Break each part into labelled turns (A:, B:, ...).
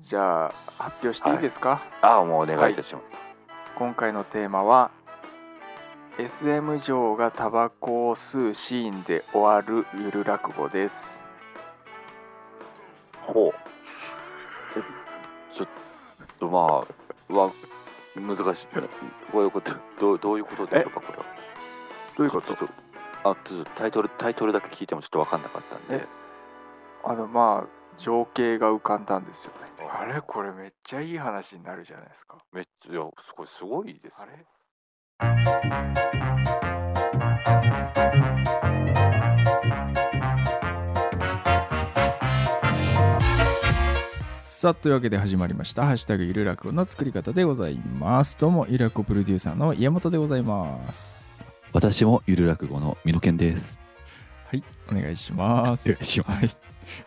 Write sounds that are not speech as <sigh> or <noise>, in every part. A: じゃあ発表していいですか、
B: ああ、もうお願いいたします。
A: 今回のテーマは SM 嬢がタバコを吸うシーンで終わるゆる落語です
B: ほう。えちょっと、まあ、わ、難しい。こういうこと、どう、どういうことでしょうか、これは。
A: どういう
B: ちょっと、あ、ちょっとタイトル、タイトルだけ聞いてもちょっとわかんなかったんで。
A: あのまあ情景が浮かんだんですよねあれこれめっちゃいい話になるじゃないですか
B: めっちゃ、いや、すごい、すごいです
A: あ
B: ね。
A: れさあというわけで始まりました「ハッシュタグゆるらくの作り方」でございますどうもゆるらくプロデューサーの家元でございます
C: 私もゆる落語の美濃健です。
A: はいお願いします
C: お願いします
A: はい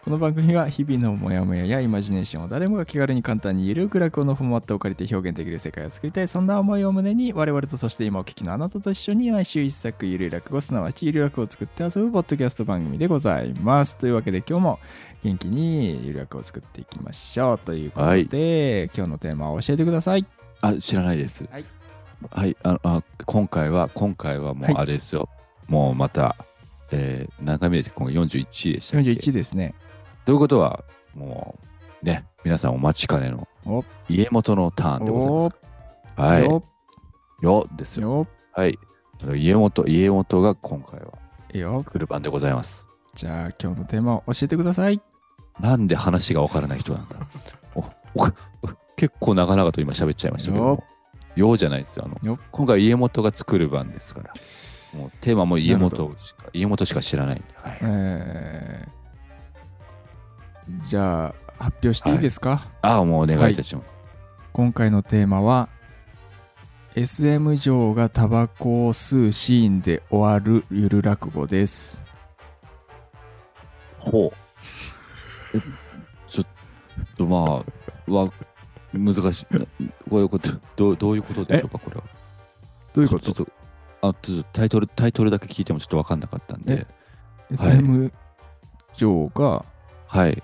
A: この番組は日々のモヤモヤやイマジネーションを誰もが気軽に簡単にゆるく落語のフォーマットを借りて表現できる世界を作りたいそんな思いを胸に我々とそして今お聞きのあなたと一緒に毎週一作ゆる落語すなわちゆる落語を作って遊ぶポッドキャスト番組でございますというわけで今日も元気にゆる落語を作っていきましょうということで、今日のテーマを教えてください
C: あ、知らないです。
A: はい。
C: はい、あのあ今回は、今回はも
A: は
C: う
A: い
C: あれですよ。もうまた、えー、何回目でした今回41でしたっけ。
A: 41ですね
C: ということは、もう、ね、皆さんお待ちかねの
A: お
C: 家元のターンでございますか。はい。
A: よ
C: よですよ。
A: よ
C: はい。あの家元、家元が今回は
A: よ
C: 作る番でございます。
A: じゃあ今日のテーマを教えてください
C: なんで話がわからない人なんだおお結構長々と今喋っちゃいましたけども。ようじゃないですよ。あの
A: よ
C: 今回家元が作る番ですから。もうテーマも家
A: なる
C: 元しか、家元しか知らないんで。はい
A: えーじゃあ発表していいですか、
C: ああ、もうお願いいたします。
A: 今回のテーマは SM 嬢がタバコを吸うシーンで終わるゆる落語です
C: ほう。えちょっとまあ、わ難しい。なこういうこと、どうどういうことでしょうか、これは。
A: どういう
C: ちょっとあちょっとタイトルタイトルだけ聞いてもちょっと分かんなかったんで、はい
A: SM 嬢が
C: はい、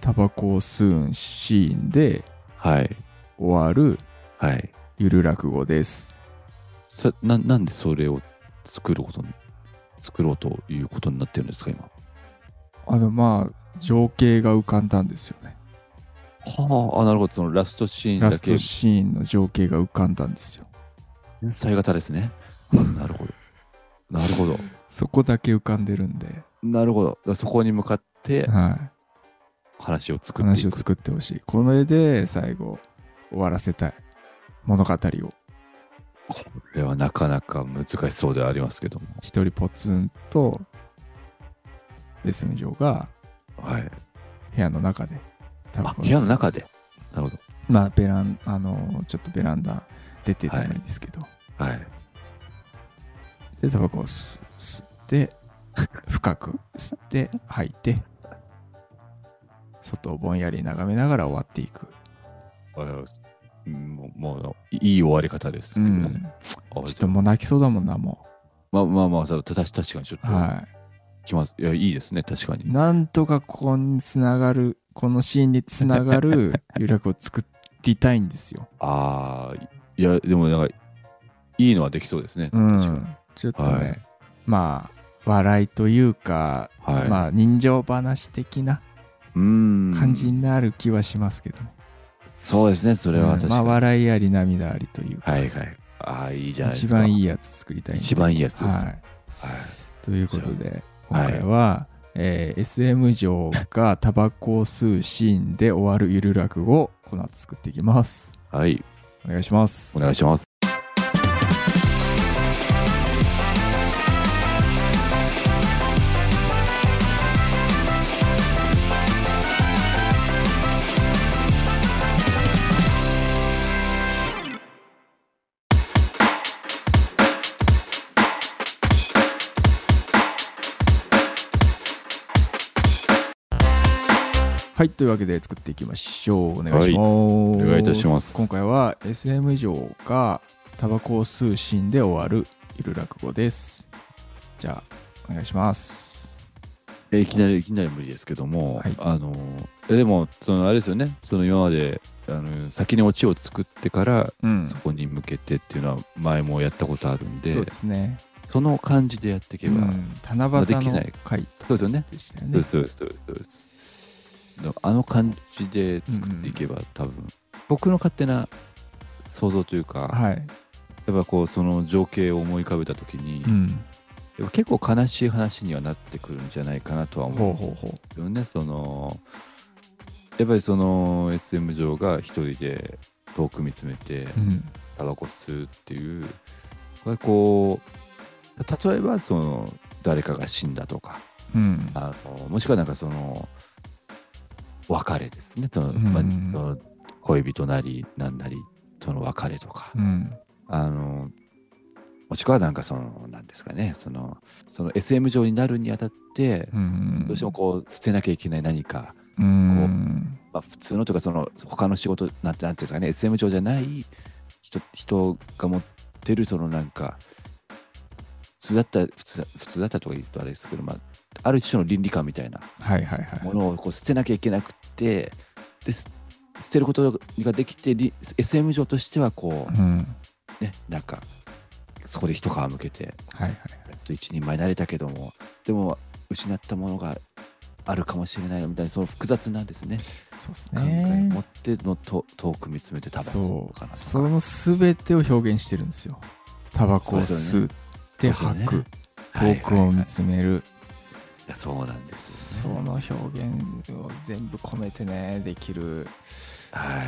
A: タバコを吸うシーンで
C: はい、
A: 終わる
C: はい。
A: ゆる落語です
C: さななんでそれを作ることに、作ろうということになってるんですか、今。
A: あのまあ情景が浮かんだんですよね
C: はあ、あなるほど、そのラストシーン
A: ラ
C: だ
A: ス
C: け
A: ト、シーンの情景が浮かんだんですよ
C: 天才型ですね。なるほど。なるほど。
A: そこだけ浮かんでるんで、
C: なるほど。だからそこに向かって
A: はい、
C: 話を作って
A: 話
C: い
A: を
C: く。
A: 作ってほしいこの絵で最後終わらせたい物語を
C: これはなかなか難しそうではありますけども。
A: 一人ポツンとレスミ嬢が
C: はい。
A: 部屋の中でタ
C: あ、
A: バコを
C: 部
A: 吸う
C: 屋の中で。なるほ
A: まあベランあのちょっとベランダ出ててもいいですけど、
C: ど。はい。
A: でタバコを吸吸って深く吸って吐いて外をぼんやり眺めながら終わっていく、
C: あうんもうもういい終わり方です
A: う
C: けど
A: ん
C: ね。
A: ちょ
C: あ
A: っともう泣きそうだもんなも
C: まあまあまあ、そうた確かにちょっ
A: う、
C: と
A: はい
C: きます。いや、いいですね、確かに。
A: なんとかここにつながる、このシーンにつなが
C: <laughs>
A: る有楽を作りたいんですよ。
C: ああ、いや、でもなんか、いいのはできそうですね。
A: う
C: 確か
A: ん。ちょっとね、
C: はい
A: まあ、笑いというか、
C: に。はい。
A: まあ、人情話的な
C: うん。
A: 感じになる気はしますけどね。
C: そうですね、それは
A: うん
C: 確
A: ま
C: かに。
A: あ、笑いあり涙ありというか、
C: はいはい。ああ、いいじゃないで
A: 一
C: すか。
A: 番い
C: い。
A: いやつ作りたいんで
C: 一番いいやつです。は。
A: はいい。ということで、
C: は
A: 今
C: い
A: 回は、えー SM 嬢がタバコを吸うシーンで終わるゆる落語をこの後作っていきます。
C: はい。
A: お願いします。
C: お願いします。
A: はい、というわけで作っていきましょう。お願いします。お
C: お願いいたします
A: 今回は SM 嬢がタバコを吸うシーンで終わるゆる落語です。じゃあ、お願いします。
C: えいきなりいきなり無理ですけども、
A: はい
C: あのえでもそのあれですよねその今まであの先にオチを作ってから、
A: うん
C: そこに向けてっていうのは前もやったことあるんで
A: そう
C: そ
A: ですね。
C: の感じでやっていけば、
A: うん七夕
C: まあできな
A: の
C: い
A: 回
C: そうですよね
A: でしたよ
C: そう
A: ね
C: で。すそうですそうですそうですだからあの感じで作っていけば、多分僕の勝手な想像というか、
A: はい。
C: やっぱこうその情景を思い浮かべた時に、
A: うん。
C: やっぱ結構悲しい話にはなってくるんじゃないかなとは思
A: ほう
C: う
A: んほ
C: で
A: うほう。
C: すよね。そのやっぱりその SM 上が一人で遠く見つめて
A: うん。
C: タバコ吸うっていう、これこう例えばその誰かが死んだとか
A: うん。
C: あのもしくはなんかその別れですねその、
A: うん
C: まあ、その恋人なりなんなりその別れとか、
A: うん。
C: あのもしくはなんかそのなんですかねそのその SM 上になるにあたって、
A: うん。
C: どうしてもこう捨てなきゃいけない何か、
A: う。うん。
C: まあ、普通のというかその他の仕事なんてなんていうんですかね SM 上じゃない人人が持ってるそのなんか普通だった普通普通だったとか言うとあれですけど、まあ、ある種の倫理観みたいな
A: はいはいはい。
C: ものをこう捨てなきゃいけなくてです捨てることができてり SM 上としてはこう、
A: うん。
C: ねなんかそこで一皮むけて
A: はいはい。
C: やっと一人前になれたけどもでも失ったものがあるかもしれないみたいなその複雑なんですね
A: そうです
C: 考えを持
A: ね
C: っ。てのと遠く見つめてタバ
A: そ
C: コ
A: う
C: かな。と
A: そ
C: か
A: のすべてを表現してるんですよ。タバコを吸って
C: そうです
A: 吐
C: よ
A: く
C: ね、
A: 遠くを見
C: い
A: つめる、
C: やそうなんです
A: そ
C: よね、
A: の表現を全部込めてね、できる
C: は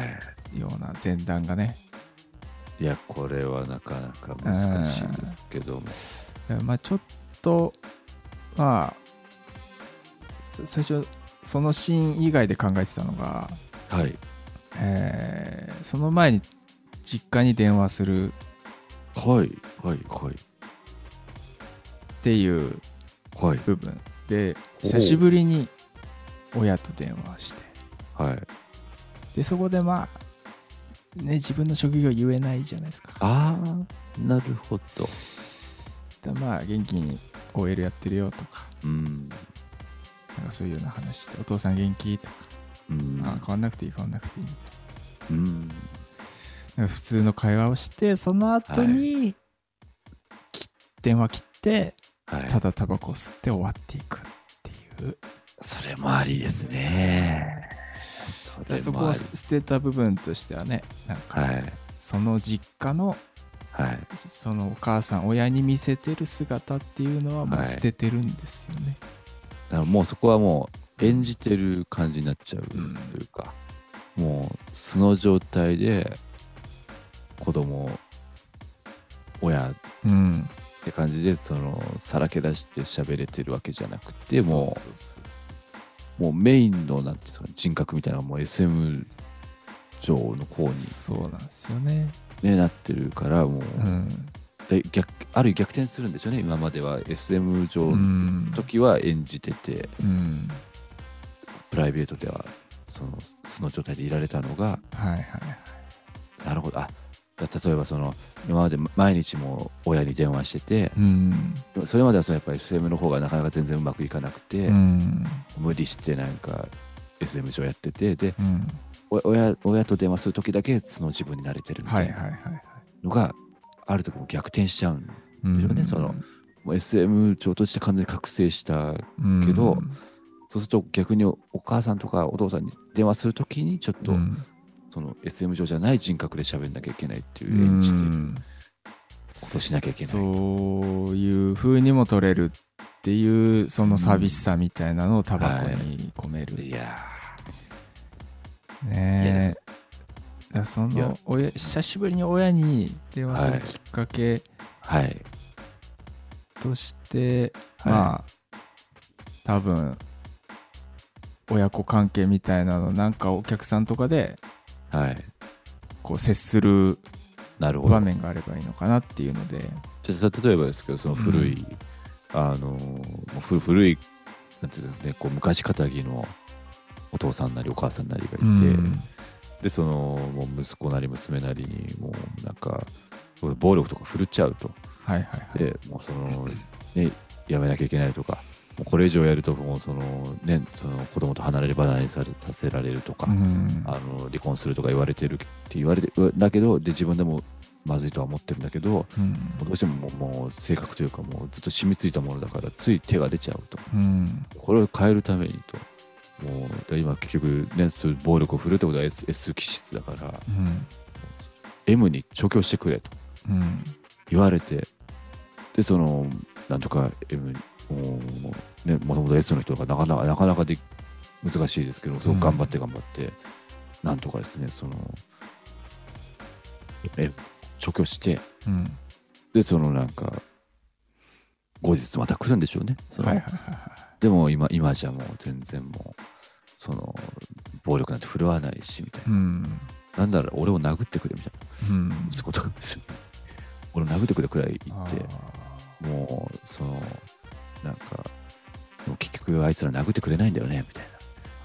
A: ような前段がね。
C: いいやこれはなかなか難しいですけども
A: えーまあちょっとまあさ最初そのシーン以外で考えてたのが、
C: はい
A: えーその前に実家に電話する
C: はいはいはい
A: っていう
C: はい
A: 部分で
C: おう
A: 久しぶりに親と電話して
C: はい
A: でそこでまあね自分の職業言えないじゃないですか
C: ああなるほど
A: でまあ元気に OL やってるよとか
C: うん
A: なんかそういうような話してお父さん元気とか、
C: うん
A: あ変わんなくていい変わんなくていいみたいな
C: うん
A: なんか普通の会話をしてその後に、き電話切って
C: はい
A: ただタバコを吸って終わっていくっていう
C: それもありですね。
A: でそこ
C: は
A: を捨捨てた部分としてはねなんか
C: はい。
A: その実家の
C: はい。
A: そのお母さん親に見せてる姿っていうのはもう
C: はい
A: 捨ててるんですよね、
C: だからもうそこはもう演じてる感じになっちゃうというか、もう素の状態で子供、親っ
A: うん
C: て感じで、その、さらけ出して喋れてるわけじゃなくて、も
A: そうそうそう
C: う、もうメインの、なんていうんですか、人格みたいなのがもう SM 上の方に、
A: そうそうなんですよね
C: ね、なってるから、もう、
A: うん、
C: で逆ある意味逆転するんでしょうね今までは SM 上
A: う
C: の
A: ん
C: 時は演じてて、
A: うん、
C: プライベートではその素の状態でいられたのが
A: はいはい
C: なるほどあだ例えばその今まで毎日も親に電話してて
A: うん、
C: それまではそのやっぱり SM の方がなかなか全然うまくいかなくて、
A: うん
C: 無理してなんか SM 上やっててで
A: うん、
C: お親親と電話する時だけ素の自分に慣れてるみ
A: は
C: た
A: いはい
C: い
A: は
C: ない
A: はい
C: のが、ある時も逆転しちゃうん
A: うん
C: ですよねそのもう SM 上として完全に覚醒したけどそうすると逆にお母さんとかお父さんに電話するときにちょっと、
A: うん
C: その SM 上じゃない人格で喋んなきゃいけないっていうう演じてる
A: ん
C: ことしなきゃいけない。
A: そういう風にも取れるっていうその寂しさみたいなのをタバコに込める、
C: いや
A: ねえだからそ
C: いや
A: の親久しぶりに親に電話す
C: は
A: る
C: い
A: きっかけ
C: ーはい。
A: として、
C: はい
A: まあ多分親子関係みたいなのなんかお客さんとかで
C: はい。
A: こう接する
C: なるほ
A: 場
C: ど。
A: 面があればいいのかなっていうので、
C: じゃ例えばですけど、その古い、あのー、ふ古い、なんていうんですかね、こう昔かたぎのお父さんなりお母さんなりがいて、
A: うん
C: で、その、もう息子なり娘なりに、もうなんか、暴力とか振るっちゃうと。
A: はいはいはい
C: で、もうその、ね、やめなきゃいけないとか、うこれ以上やるともうその、ね、その子供と離れ離れされさせられるとか、
D: うん
C: あの離婚するとか言われてるって言われてるだけどで自分でもまずいとは思ってるんだけども
D: うん
C: うどうしてももうもう性格というかもうずっと染みついたものだからつい手が出ちゃうと
D: うん
C: これを変えるためにともうだから今結局ねそういう暴力を振るってことは S, S 気質だから
D: うん
C: M に調教してくれと
D: うん
C: 言われてでそのなんとか M もうねもともと S の人がなかなかなかなかで難しいですけどそう
D: うん
C: 頑張って頑張って、なんとかですねその M 除去して
D: うん
C: でそのなんか後日また来るんでしょうねその
D: はいはいはいはい
C: でも今今じゃもう全然もうその暴力なんて振るわないしみたいな、
D: うん
C: なんなら俺を殴ってくれみたいな
D: うん
C: 息子とかです
D: <laughs>
C: よ俺を殴ってくれくらい言って
D: あ
C: もうそのなんかもう結局あいつら殴ってくれないんだよねみたい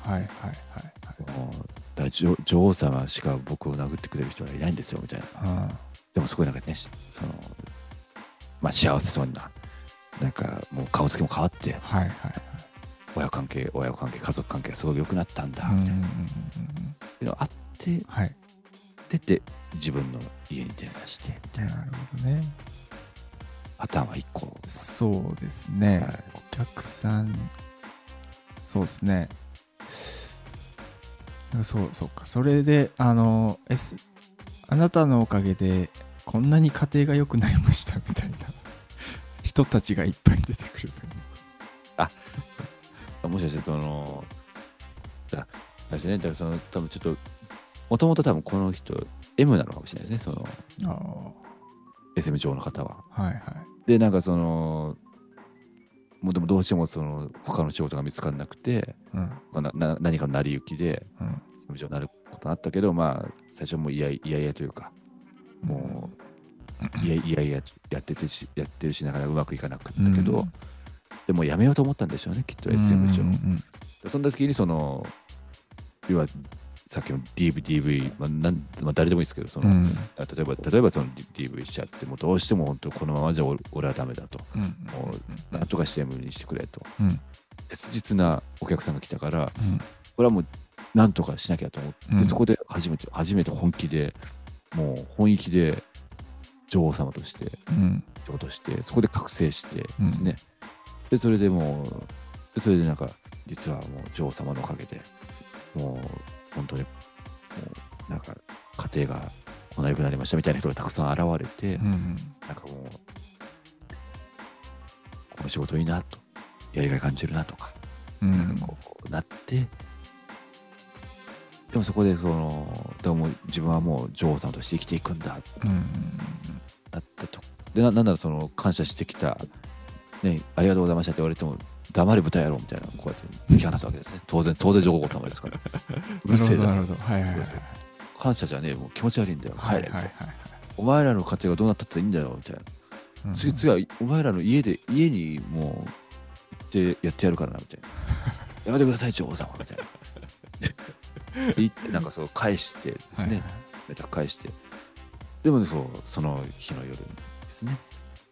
D: ーはいはいはいはい
C: なもうだから女女王様しか僕を殴ってくれる人はいないんですよみたいな
D: あ
C: でもすごいなんかねしそのまあ幸せそうななんかもう顔つきも変わって
D: ーはいはいはい
C: 親関係親子関係家族関係がすごい良くなったんだ
D: うんう
C: み
D: ん
C: たい
D: うん
C: な
D: う
C: んっていうのがあって
D: はい
C: 出て自分の家に電話してみた
D: ないる
C: な
D: ほどね
C: パターンは1個、
D: そうですね、
C: はい
D: お客さんそうですねなんかそうそうかそれであの S あなたのおかげでこんなに家庭が良くなりましたみたいな <laughs> 人たちがいっぱい出てくる
C: もしかしてその、だあれですね、だからその、多分ちょっと、もともと多分この人、M なのかもしれないですね、その、
D: あ
C: SM 上の方は。
D: あはいはい
C: で、なんかその、もうでもどうしてもその、他の仕事が見つからなくて、
D: うん
C: まあなな何かの成り行きで、
D: うん
C: SM 上になることになったけど、まあ、最初もういやいやいやというか、もう、いやいやいややっててし、やってるし、なかなかうまくいかなくったけど、
D: うん
C: でもやめようと思ったんでしょうね、きっと
D: うん
C: SM 上。
D: うんうん
C: でそんな時にその要はさっきの DV、DV まあなんまあ、誰でもいいですけどその、
D: うん
C: あ例えば例えばその DV しちゃってもうどうしても本当このままじゃ俺俺はダメだと
D: うん
C: もなんとかして M にしてくれと
D: うん
C: 切実なお客さんが来たから
D: うん
C: これはもうなんとかしなきゃと思って、
D: うん
C: そこで初めて初めて本気でもう本気で女王様として
D: うん
C: 仕事してそこで覚醒してですね、でそれでもうでそれでなんか実はもう女王様のおかげでもう本当にもうなんか家庭がこんな良くなりましたみたいな人がたくさん現れて、
D: うんうん
C: なんかもうこの仕事いいなとやりがい感じるなとか
D: うん
C: なんかこうなって、でもそこでそのでももう自分はもう女王様として生きていくんだ
D: うんうん
C: だったとでななんだろうその感謝してきた、ね、ありがとうございましたって言われても黙れ豚野郎みたいなこうやって突き放すわけです
D: <laughs>
C: ね当然当然上皇様ですからうるせえ
D: なる
C: だ
D: ほどなるほどはいはいはいはい
C: 感謝じゃねえもう気持ち悪いんだよ帰れ、
D: はいはいはい
C: お前らの家庭がどうなったっていいんだよみたいな、
D: うん
C: 次次はお前らの家で家にもう行ってやってやるからなみたいな
D: <laughs>
C: やめてください女王様みたいなでいなんかそう返してですね、
D: はいはい
C: ネタ返してでもそうその日の夜にですね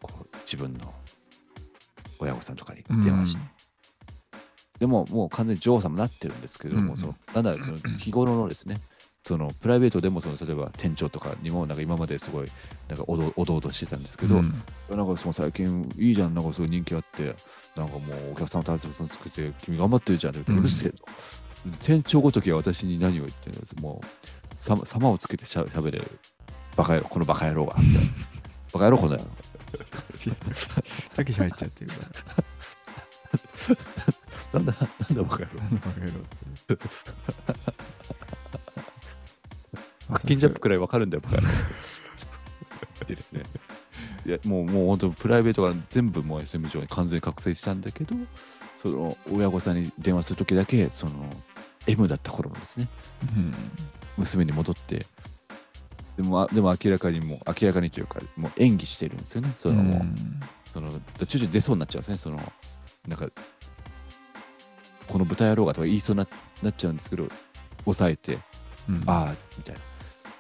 C: こう自分の親御さんとかに電話して、でももう完全に女王様になってるんですけども、
D: うん
C: そのなんだろうその日頃のですねそのプライベートでもその例えば店長とかにもなんか今まですごいなんかおどおどおどしてたんですけど、
D: うん <laughs>
C: なんかその最近いいじゃん、なんかそういう人気あって、なんかもうお客さんを大切に作って、君頑張ってるじゃんって言って、
D: うん
C: うるせえと。店長ごときは私に何を言ってるんですもう、さ様をつけてしゃべれる。バカ野郎、このバカ野郎が。みたい <laughs> なバカ野郎、この野郎。
D: たけし入っちゃってるか
C: な
D: ら
C: んだ、なんだバカ野郎。
D: 何バカ野郎って
C: パッキンジャップくらいわかるんだよ、バカ野郎。でですね。いや、もう、もう本当、プライベートが全部もう SM 上に完全に覚醒したんだけど、その、親御さんに電話するときだけ、その、M だった頃もですね、娘に戻ってでもあでも明らかにもう明らかにというかもう演技してるんですよねそのもう、その徐々に出そうになっちゃうんですねそのなんかこの豚野郎がとか言いそうにななっちゃうんですけど抑えて
D: あ
C: ああみたいな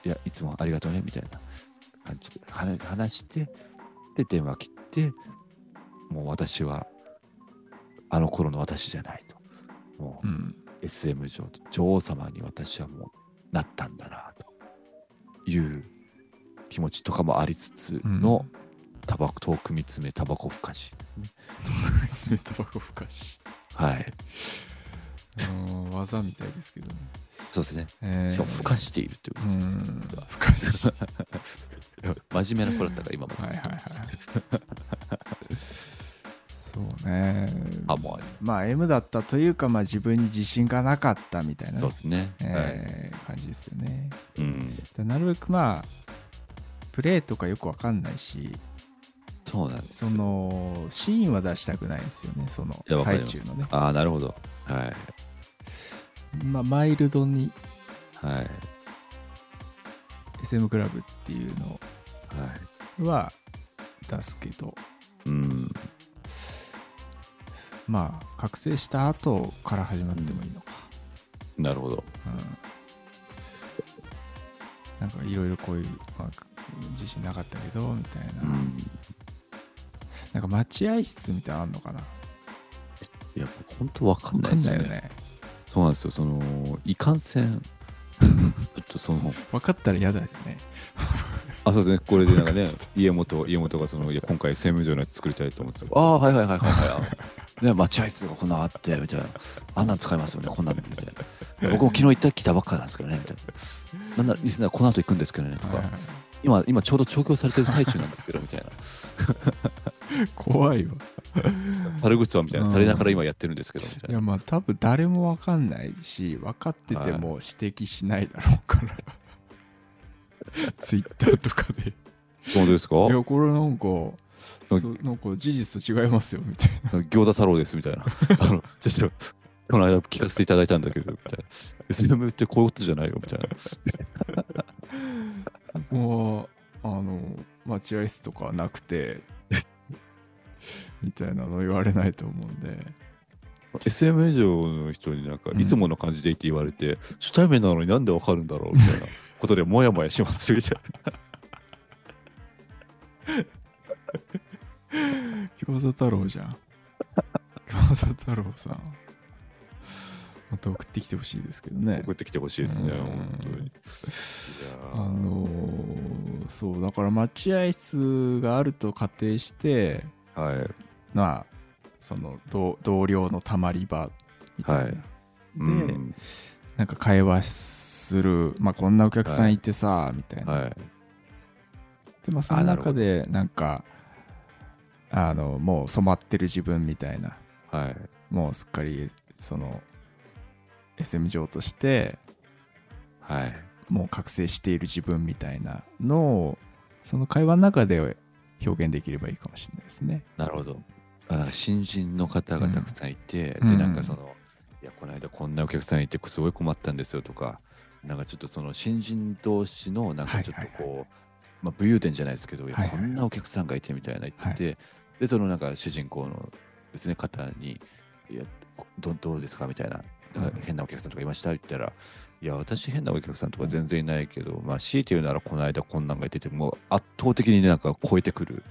C: いやいつもありがとうねみたいな感じで話話してで電話切ってもう私はあの頃の私じゃないと。もう
A: うん。
C: SM 女王と女王様に私はもうなったんだなという気持ちとかもありつつの、タバコ遠く見つめタバコふかしですね。
A: 爪タバコふかし。
C: はい。
A: うん技みたいですけどね。
C: そうですね。
A: えー
C: しかもふかしているということです
A: う
C: ね。
A: ん。ふかし。は
C: <laughs> 真面目な子だったから今まで
A: い
C: ず
A: はい
C: っと
A: はい。そうね。
C: あもうあり
A: まあ M だったというか、まあ自分に自信がなかったみたいなね、
C: そうですね。はい
A: えー感じですよね。
C: うん
A: でなるべくまあプレーとかよくわかんないし
C: そうなんです
A: そ
C: よ。
A: のシーンは出したくないんですよねその
C: いやわかり
A: 最
C: ます
A: 中のね
C: ああ、なるほど。はい。
A: まあ、マイルドに
C: はい。はい。
A: SM クラブっていうのは出すけど
C: うん。
A: まあ覚醒した後から始まってもいいのか、
C: なるほど。
A: うんなんかいろいろこういう、まあ、自信なかったけどみたいな、
C: うん。
A: なんか待合室みたいなのあんのかない
C: や、本当わかん
A: わか
C: ないで
A: ん
C: すよ
A: ない
C: ね。
A: よね
C: そうなんですよ。その、いかんせ <laughs> ん、ちょっとその、
A: 分かったら嫌だよね
C: あ、そうですね。これでなんかね
A: ちょっと、
C: 家元、家元がその、いや、今回、政務上のやつ作りたいと思ってたああ、はいはいはいはい <laughs> はい。ね、待合室がこんなんあって、みたいな。あんなん使いますよね、こんなんみたいな。僕も昨日行った来たばっかなんですけどね、みたいな。なんなら、リスナーこの後行くんですけどね、と
A: はいは
C: か。今、今ちょうど調教されてる最中なんですけど、みたい <laughs> な。
A: い <laughs> 怖いわ
C: 猿グツみたいな、されながら今やってるんですけど、みた
A: い
C: いな
A: や。まあ多分誰も分かんないし分かってても指摘しないだろうから、 <laughs> ツイッターとかで「
C: 本当ですか
A: いやこれなんかそうなんか事実と違いますよ」み <laughs> たいな
C: 餃子太郎ですみたいな。 <laughs> あの、ちょっと、この間聞かせていただいたんだけど、みたいな。SM ってこういうことじゃないよ、みたいな。
A: そこはあの待合室とかはなく <laughs> てみたいなの言われないと思うんで
C: SM 以上の人になんか、いつもの感じでいいって言われて、初対面なのになんでわかるんだろう、みたいなことで、もやもやします、みたいな。
A: 餃子太郎じゃ
C: <laughs>
A: ん餃子太郎さんまた送ってきてほしいですけどね
C: 送ってきてほしいですね、
A: うん
C: 本当に。い
A: あのーそうだから待合室があると仮定して
C: やーはい。
A: まあその同同僚のたまり場みたいな、
C: はい
A: で、
C: うん
A: なんか会話する、まあ、こんなお客さんいてさ、みたいな、
C: はい。
A: でまあ、その中でなんかあのもう染まってる自分みたいな
C: はい。
A: もうすっかりその SM 上として
C: はい。
A: もう覚醒している自分みたいなのをその会話の中で表現できればいいかもしれないですね。
C: なるほど。あなんか新人の方がたくさんいて、
A: うん
C: で、なんかその、いや、この間こんなお客さんいて、すごい困ったんですよとか、なんかちょっとその新人同士の、なんかちょっとこう、
A: はい
C: まあ、武勇伝じゃないですけど、いや
A: はいはい
C: こんなお客さんがいてみたいな言ってて、で、そのなんか主人公のですね、方に、いや、こどどうですかみたいな、なんか変なお客さんとかいましたって言ったら、いや、私変なお客さんとか全然いないけど、まあ、強いて言うならこの間こんなんがいてて、もう圧倒的になんか超えてくる。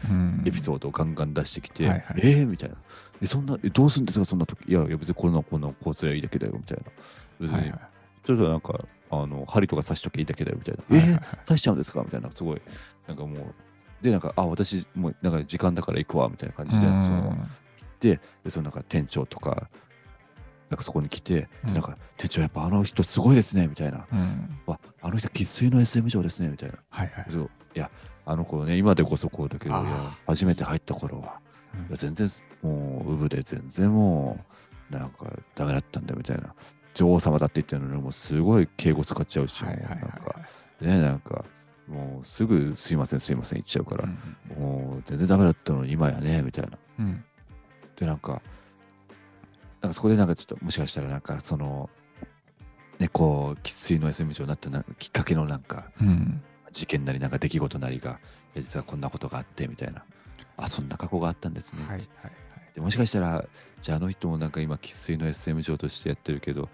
C: エピソードをガンガン出してきて、
A: はいはい
C: えーみたいな。えそんな、えどうするんですか、そんな時。いや、いや別にこんな、こんな、こうすりゃいいだけだよ、みたいな。別
A: はい
C: に、
A: はい
C: ちょっとなんか、あの、針とか刺しときゃいいだけだよ、みたいな。
A: はいはい
C: えー刺しちゃうんですかみたいな、すごい、なんかもう、で、なんか、あ、私、もう、なんか時間だから行くわ、みたいな感じで、その、で、でそのなんか店長とか、なんかそこに来て、
A: うん
C: でなんか、店長、やっぱあの人すごいですね、みたいな。
A: うんうん
C: わあの人、生粋の SM 上ですね、みたいな。
A: はいはい
C: そういや、あの子ね、今でこそこうだけど、い
A: あー
C: や初めて入った頃は、
A: うん
C: いや全然、もう、ウブで全然もう、なんか、ダメだったんだみたいな。女王様だって言ってるのに、もうすごい敬語使っちゃうし、
A: はいはい
C: もう
A: はい
C: なんか、ね、なんか、もうすぐすいません、すいません、言っちゃうから、もう全然ダメだったのに、今やね、みたいな。
A: うんうん
C: で、なんか、なんかそこでなんかちょっと、もしかしたらなんか、その、ね、こう、生粋の SM 上になったなんかきっかけのなんか、
A: うん
C: 事件なりなんか出来事なりが、いや実はこんなことがあってみたいな、あ、そんな過去があったんですね。
A: はいはいはい
C: でもしかしたら、じゃああの人もなんか今、生粋の SM 上としてやってるけど、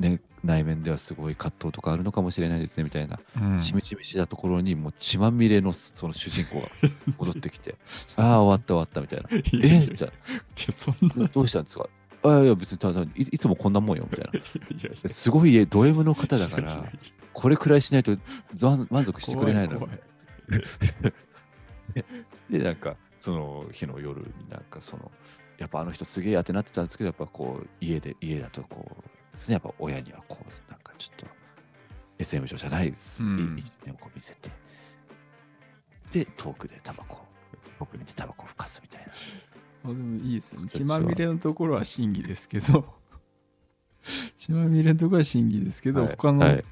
C: ね、内面ではすごい葛藤とかあるのかもしれないですねみたいな、
A: うん
C: しみじみしたところにもう血まみれのその主人公が戻って
A: <laughs>
C: きてああ終わった終わったみたいな
A: いやい
C: え
A: やい
C: みたい
A: やそんな
C: などうしたんですかああいや別にただいいつもこんなもんよみたいない
A: やいや
C: すごいえド M の方だか
A: いやいや
C: らこれくらいしないとざん満足してくれないの
A: 怖い
C: でなんかその日の夜になんかそのやっぱあの人すげえやってなってたんですけどやっぱこう家で家だとこうですねやっぱ親にはこうなんかちょっと SM 上じゃないです、
A: うん
C: いい一面をこう見せてで遠くでタバコを遠く見てタバコをふかすみたいな
A: あでもいいですね。
C: 私は
A: 血まみれのところは審議ですけど、 <laughs> 血まみれのところは審議ですけど、
C: はい
A: 他
C: は
A: の
C: い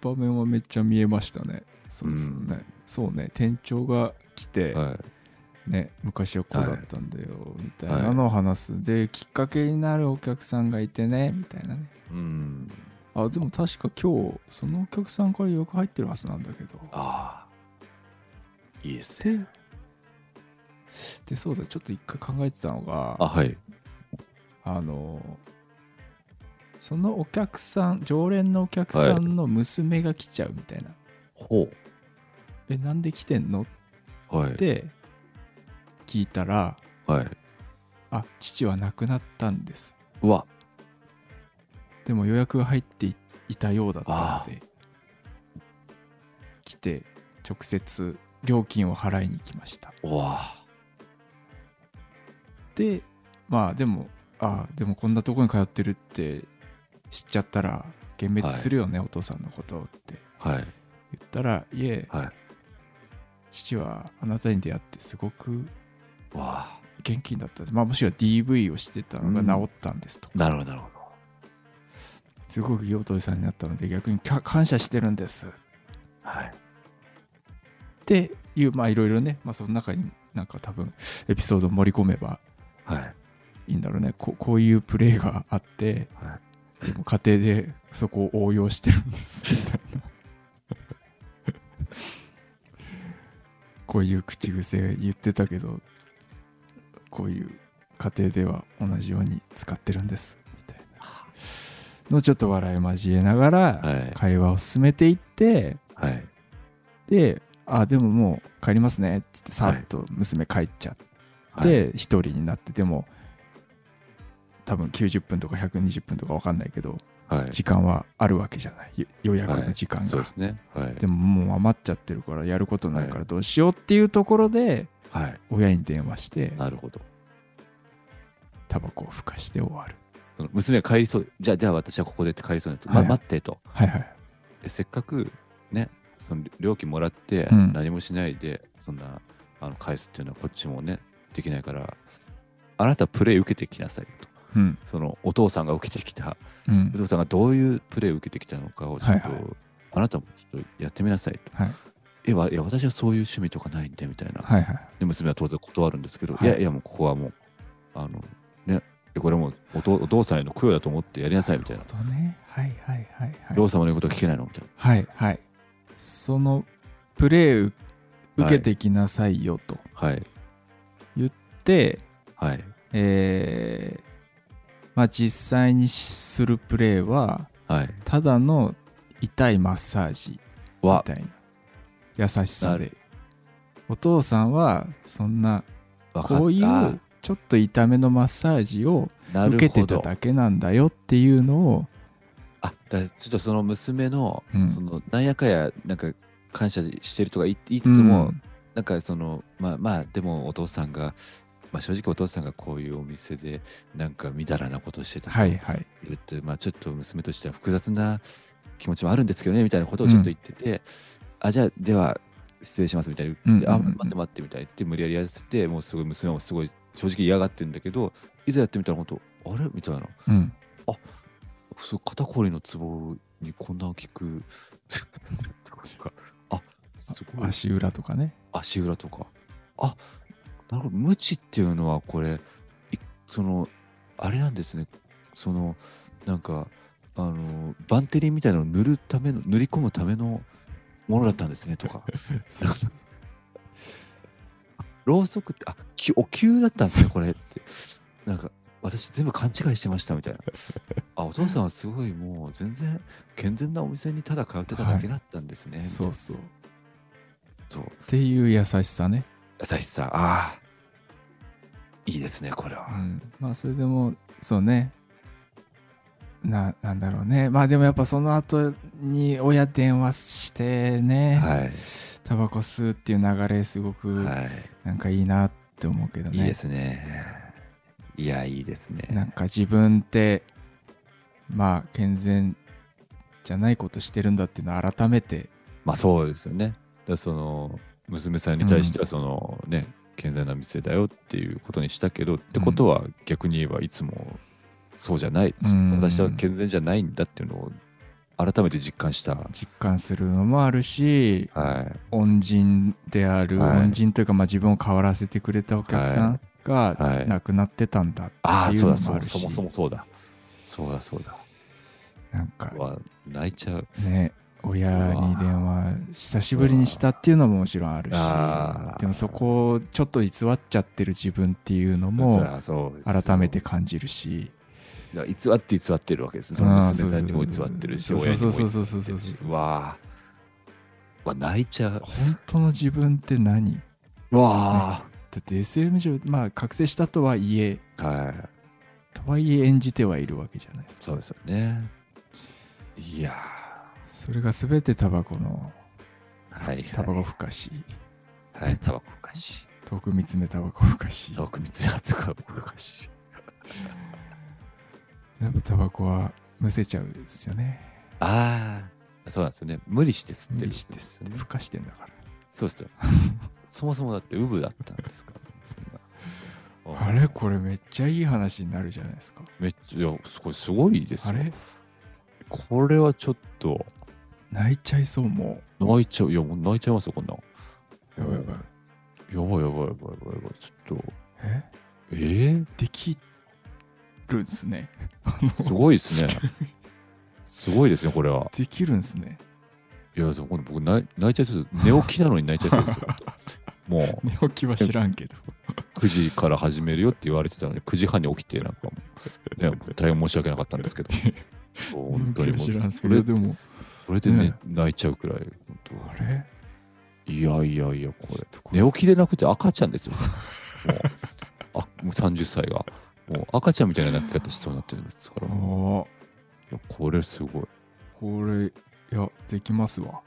A: 場面はめっちゃ見えましたね。そうですよね。そうね、店長が来て、
C: はい
A: ね、昔はこうだったんだよ、みたいなのを話す。で、きっかけになるお客さんがいてね、みたいなね。
C: うん
A: あ、でも確か今日、そのお客さんからよく入ってるはずなんだけど。
C: ああいいですね
A: で、で、そうだ、ちょっと一回考えてたのが、
C: あはい
A: あのそのお客さん常連のお客さんの娘が来ちゃうみたいな「
C: ほ
A: えなんで来てんの?」っ
C: うはい
A: て聞いたら
C: はい
A: 「あ父は亡くなったんです
C: うわ」
A: でも予約が入っていいたようだったので来て直接料金を払いに来ました
C: うわ
A: でまあでもあでもこんなとこに通ってるって知っちゃったら幻滅するよね、お父さんのことって
C: はい
A: 言ったら「いえ、
C: はい
A: 父はあなたに出会ってすごく
C: うわ
A: 元気になった、まあ、もしくは DV をしてたのが
C: うん
A: 治ったんですとか、
C: なるほどなるほど
A: すごくいいお父さんになったので逆にか感謝してるんですっ
C: はい
A: ていうまあいろいろね、まあ、その中になんか多分エピソードを盛り込めば
C: はい
A: いいんだろうねここういうプレイがあって
C: はい
A: でも家庭でそこを応用してるんですみたいなこういう口癖言ってたけどこういう家庭では同じように使ってるんですみたいなのちょっと笑い交えながら
C: はい。
A: 会話を進めていって
C: はい。
A: であでももう帰りますねっつってさ
C: はい
A: っと娘帰っちゃっ
C: はい、
A: て一人になってでも多分90分とか120分とか分かんないけど
C: はい、
A: 時間はあるわけじゃないよ予約の時間が、
C: そうですね。はい。
A: でももう余っちゃってるからやることないか
C: は
A: らどうしようっていうところで
C: はい。
A: 親に電話して
C: なるほど。
A: タバコをふかして終わる
C: その娘が帰りそう。じゃあ、じゃあ私はここでって帰りそうになって、ま
A: はい
C: 待ってと。
A: はいはい
C: えせっかく、ね、その料金もらって、
A: うん
C: 何もしないで、そんな、あの、返すっていうのはこっちもね、できないから、あなたプレイ受けてきなさいと。
A: うん
C: その、お父さんが受けてきた、
A: う
C: お
A: ん
C: 父さんがどういうプレイを受けてきたのかを、ちょっと、
A: はいは
C: あなたもちょっとやってみなさいと。
A: はい
C: え、わいや、私はそういう趣味とかないんで、みたいな。
A: はいはい
C: で娘は当然断るんですけど、
A: はい
C: い、やいやもうここはもうあのねこれもうお父お父さんへの供養だと思ってやりなさいみたいな
A: なるほどねはいはいはいは
C: 両
A: い
C: 様の言うことは聞けないのみたいな
A: はいはいそのプレイ受けてきなさいよと、
C: はい
A: で
C: はい
A: えーまあ実際にするプレイは
C: はい
A: ただの痛いマッサージみ
C: は
A: たいな優しさ
C: な
A: でお父さんはそんな
C: 分かった
A: こういうちょっと痛めのマッサージを
C: な
A: 受
C: る
A: けて
C: ほ
A: た
C: ど
A: だけなんだよっていうのを
C: あだちょっとその娘の、
A: うん
C: そのなんやかやなんか感謝してるとか言い言いつつも、
A: うん
C: なんかそのまあまあでもお父さんがまあ正直お父さんがこういうお店でなんかみだらなことしてた
A: はいはい
C: いるって、まあ、ちょっと娘としては複雑な気持ちもあるんですけどねみたいなことをちょっと言ってて、あじゃあでは失礼しますみたいな、
A: うんうんうん
C: あ待って待ってみたいな言って無理やりやらせてもうすごい娘もすごい正直嫌がってるんだけどいざやってみたら本当あれみたいな
A: うん
C: そう肩こりのツボにこんな効く <laughs> とかあすごい
A: 足裏とかね
C: 足裏とかあなるほど無知っていうのはこれいそのあれなんですねそのなんかあのバンテリンみたいなのを塗るための塗り込むためのものだったんですねとか <laughs> そうろうそくってあきお灸だったんですねこれってなんかあ私全部勘違いしてましたみたいな。あ、お父さんはすごいもう全然健全なお店にただ通ってただけだったんですね。みたい
D: そう
C: な
D: そうっ
C: そう。
D: ていう優しさね、
C: 私さ、ああ、いいですね、これ
D: う
C: は。
D: ん、まあそれでもそうねななんだろうねまあでもやっぱその後に親電話してね、
C: はい。
D: タバコ吸うっていう流れすごく
C: はい。
D: なんかいいなって思うけどね、
C: いいですね。いや、いいですね。
D: なんか自分ってまあ健全じゃないことしてるんだっていうのを改めて
C: まあそうですよね。だからその娘さんに対してはその、ね健在な店だよっていうことにしたけど、ってことは逆に言えばいつもそうじゃない、
D: うん
C: 私は健全じゃないんだっていうのを改めて実感した。
D: 実感するのもあるし
C: はい、
D: 恩人である、
C: はい
D: 恩人というか、まあ、自分を変わらせてくれたお客さん
C: は
D: が
C: い
D: 亡くなってたんだ
C: あ
D: っ
C: あ
D: ていう
C: そう
D: の
C: だそ
D: もあ
C: う
D: る
C: だそ
D: し
C: もそもそうだそうだそうだ、
D: なんか
C: うわ泣いちゃう
D: ね親に電話久しぶりにしたっていうのももちろんある
C: あ
D: し
C: ー
D: でもそこをちょっと偽っちゃってる自分っていうの
C: そ
D: も
C: らそうですよ
D: 改めて感じるし
C: だから偽って偽ってるわけですねその娘さんにも偽ってるし
D: うんそう
C: 親に
D: そ
C: も
D: う
C: 偽
D: そうそう
C: ってる
D: そうそうそう
C: し
D: そう
C: うわあうわ泣いちゃう
D: 本当の自分って何だ
C: うわ
D: って SM 上まあ覚醒したとはいえ
C: あはい
D: とはいえ演じてはいるわけじゃないですか
C: そうですよね。いや
D: それが全てタバコの
C: ー、はい、
D: タバコふかし
C: はい、タバコおかしい。
D: 遠く見つめタバコふかし
C: タバコ見つめとかおかしい。
D: やっぱタバコはむせちゃうんですよね
C: ああ、そうなんですよね。無理して吸って
D: 無
C: るん
D: 理
C: で
D: して
C: すよ
D: 吸って
C: ね。
D: ふかしてんだから
C: そうですよ。そもそもだってウブだったんですから。そんな
D: あれこれめっちゃいい話になるじゃないですか。
C: めっちゃ、いや、すごい、すごいですよ
D: あれ
C: これはちょっと、
D: 泣いちゃいそうも
C: 泣いちゃう。いや、もう泣いちゃいますよ、こんなん。
D: う。やばいやばい。
C: やばいやばいやばいやばいやばい。ちょっと、
D: え
C: えー、
D: できるんですね。
C: すごいですね。すごいですね、これは。
D: できるんですね。
C: いや、そう今度僕泣い、泣いちゃいそうです。寝起きなのに泣いちゃいそうですよ。もう、
D: 寝起きは知らんけど。
C: 9時から始めるよって言われてたのに、9時半に起きて、なんかもう、ね、大変申し訳なかったんですけど、そう本当に
D: 寝
C: も
D: 起きは知らん
C: う、
D: すけ
C: そ
D: ど、
C: れ
D: でも、
C: それで、ね
D: ね
C: 泣いちゃうくらい、本当
D: あれ
C: いやいやいや、これ、
D: これ
C: 寝起きでなくて赤ちゃんですよ。もう、あもう30歳が。もう赤ちゃんみたいな泣き方しそうになってるんですから、い
D: あ
C: やこれすごい。
D: あ、これ、いや、できますわ。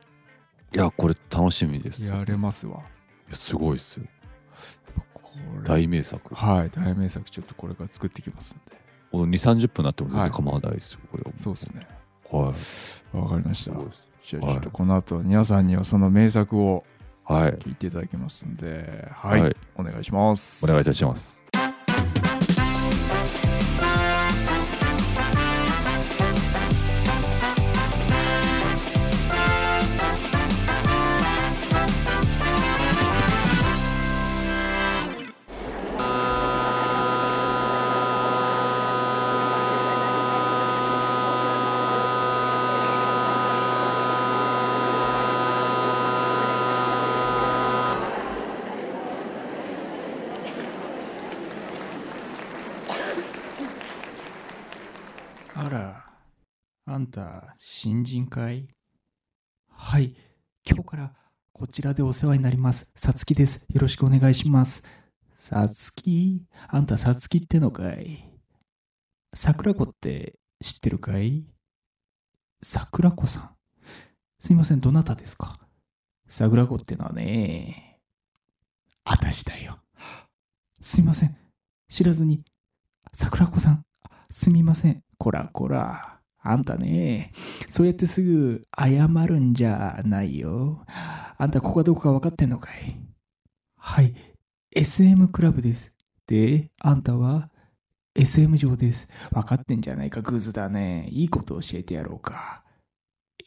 C: いや、これ楽しみです。いや
D: やれますわ。
C: すごいですよ。
D: これ。
C: 大名作。
D: はい、大名作ちょっとこれから作ってきますんで。
C: この2、30分になっても全然構わないですよ、これは。
D: そうですね。
C: はい。
D: わかりました。じゃあちょっ
C: は
D: と
C: い
D: この後、皆さんにはその名作を
C: はい。
D: 聞いていただきますんで、はい、
C: はい
D: お願いします。
C: お願いいたします。
D: あら、あんた、新人かいはい、今日からこちらでお世話になります。さつきです。よろしくお願いします。さつきあんた、さつきってのかい桜子って知ってるかい桜子さん。すいません、どなたですか桜子ってのはね、あたしだよ。すいません、知らずに、桜子さん、すみません。こらこら。あんたね、そうやってすぐ謝るんじゃないよ。あんたここがどこか分かってんのかいはい、SM クラブです。で、あんたは SM 上です。分かってんじゃないか、グズだね。いいこと教えてやろうか。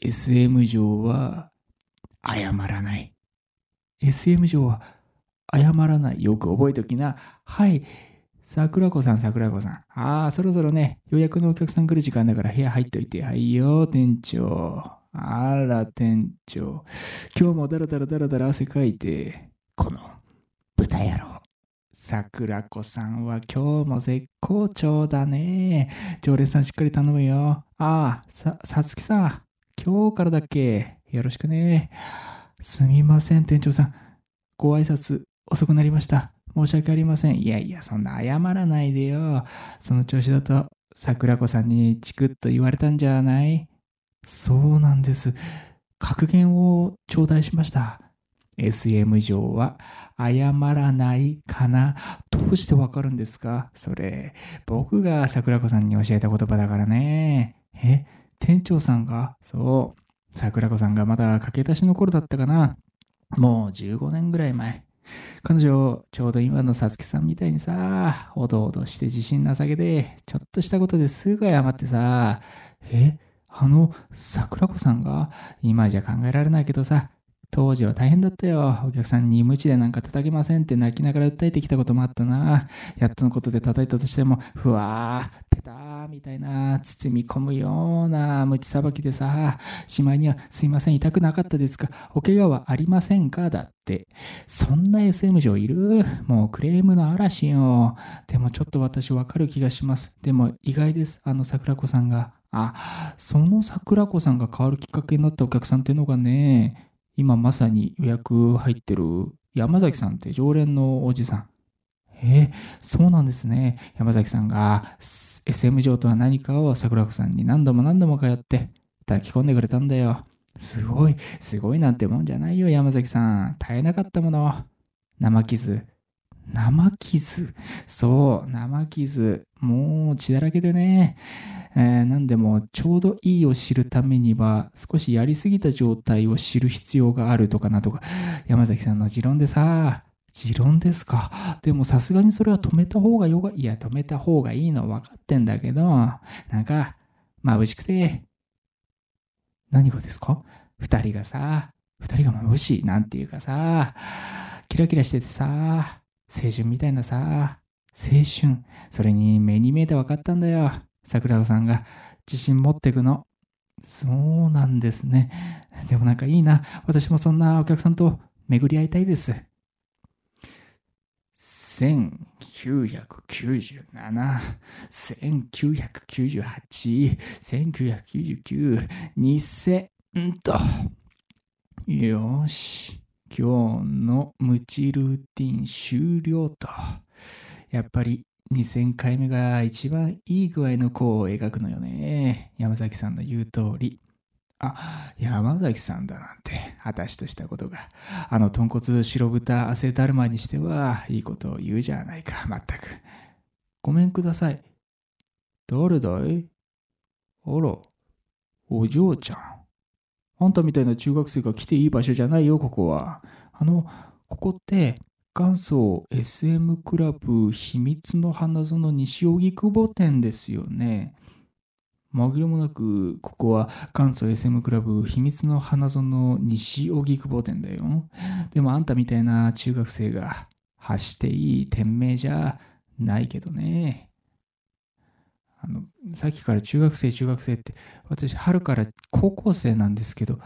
D: SM 上は謝らない。SM 上は謝らない。よく覚えときな。はい、桜子さん、桜子さん。ああ、そろそろね、予約のお客さん来る時間だから部屋入っといて。はいよ、店長。あら、店長。今日もだらだらだらだら汗かいて。この、豚野郎。桜子さんは今日も絶好調だね。常連さんしっかり頼むよ。ああ、さ、さつきさん。今日からだっけよろしくね。すみません、店長さん。ご挨拶遅くなりました。申し訳ありません。いやいや、そんな謝らないでよ。その調子だと、桜子さんにチクッと言われたんじゃないそうなんです。格言を頂戴しました。SM 上は謝らないかな。どうしてわかるんですかそれ、僕が桜子さんに教えた言葉だからね。え店長さんがそう。桜子さんがまだ駆け出しの頃だったかな。もう15年ぐらい前。彼女、ちょうど今のさつきさんみたいにさ、おどおどして自信なさげで、ちょっとしたことですぐ謝ってさ、えあの、桜子さんが、今じゃ考えられないけどさ、当時は大変だったよ。お客さんに無知でなんか叩けませんって泣きながら訴えてきたこともあったな。やっとのことで叩いたとしても、ふわー、ペターみたいな、包み込むような無知さばきでさ、しまいには、すいません、痛くなかったですかお怪我はありませんかだって。そんな SM 上いるもうクレームの嵐よ。でもちょっと私わかる気がします。でも意外です、あの桜子さんが。あ、その桜子さんが変わるきっかけになったお客さんっていうのがね、今まさに予約入ってる山崎さんって常連のおじさん。えーそうなんですね。山崎さんが S- SM 上とは何かを桜子さんに何度も何度も通って抱き込んでくれたんだよ。すごい、すごいなんてもんじゃないよ、山崎さん。耐えなかったもの。生傷。生傷。そう、生傷。もう血だらけでね。えーなんでも、ちょうどいいを知るためには、少しやりすぎた状態を知る必要があるとかなとか、山崎さんの持論でさ、持論ですか。でもさすがにそれは止めた方がよが、いや、止めた方がいいの分かってんだけど、なんか、眩しくて、何がですか二人がさ、二人が眩しいなんていうかさ、キラキラしててさ、青春みたいなさ、青春。それに目に見えて分かったんだよ。桜子さんが自信持ってくの。そうなんですね。でもなんかいいな。私もそんなお客さんと巡り合いたいです。1997、1998、1999、2000と。よし。今日のムチルーティン終了と。やっぱり2000回目が一番いい具合の弧を描くのよね。山崎さんの言う通り。あ、山崎さんだなんて、私としたことが。あの豚骨白豚汗だるまにしてはいいことを言うじゃないか、まったく。ごめんください。誰だいあら、お嬢ちゃん。あんたみたいな中学生が来ていい場所じゃないよ、ここは。あの、ここって、元祖 SM クラブ秘密の花園西荻窪店ですよね。紛れもなく、ここは元祖 SM クラブ秘密の花園西荻窪店だよ。でもあんたみたいな中学生が発していい店名じゃないけどね。あの、さっきから中学生中学生って、私春から高校生なんですけど、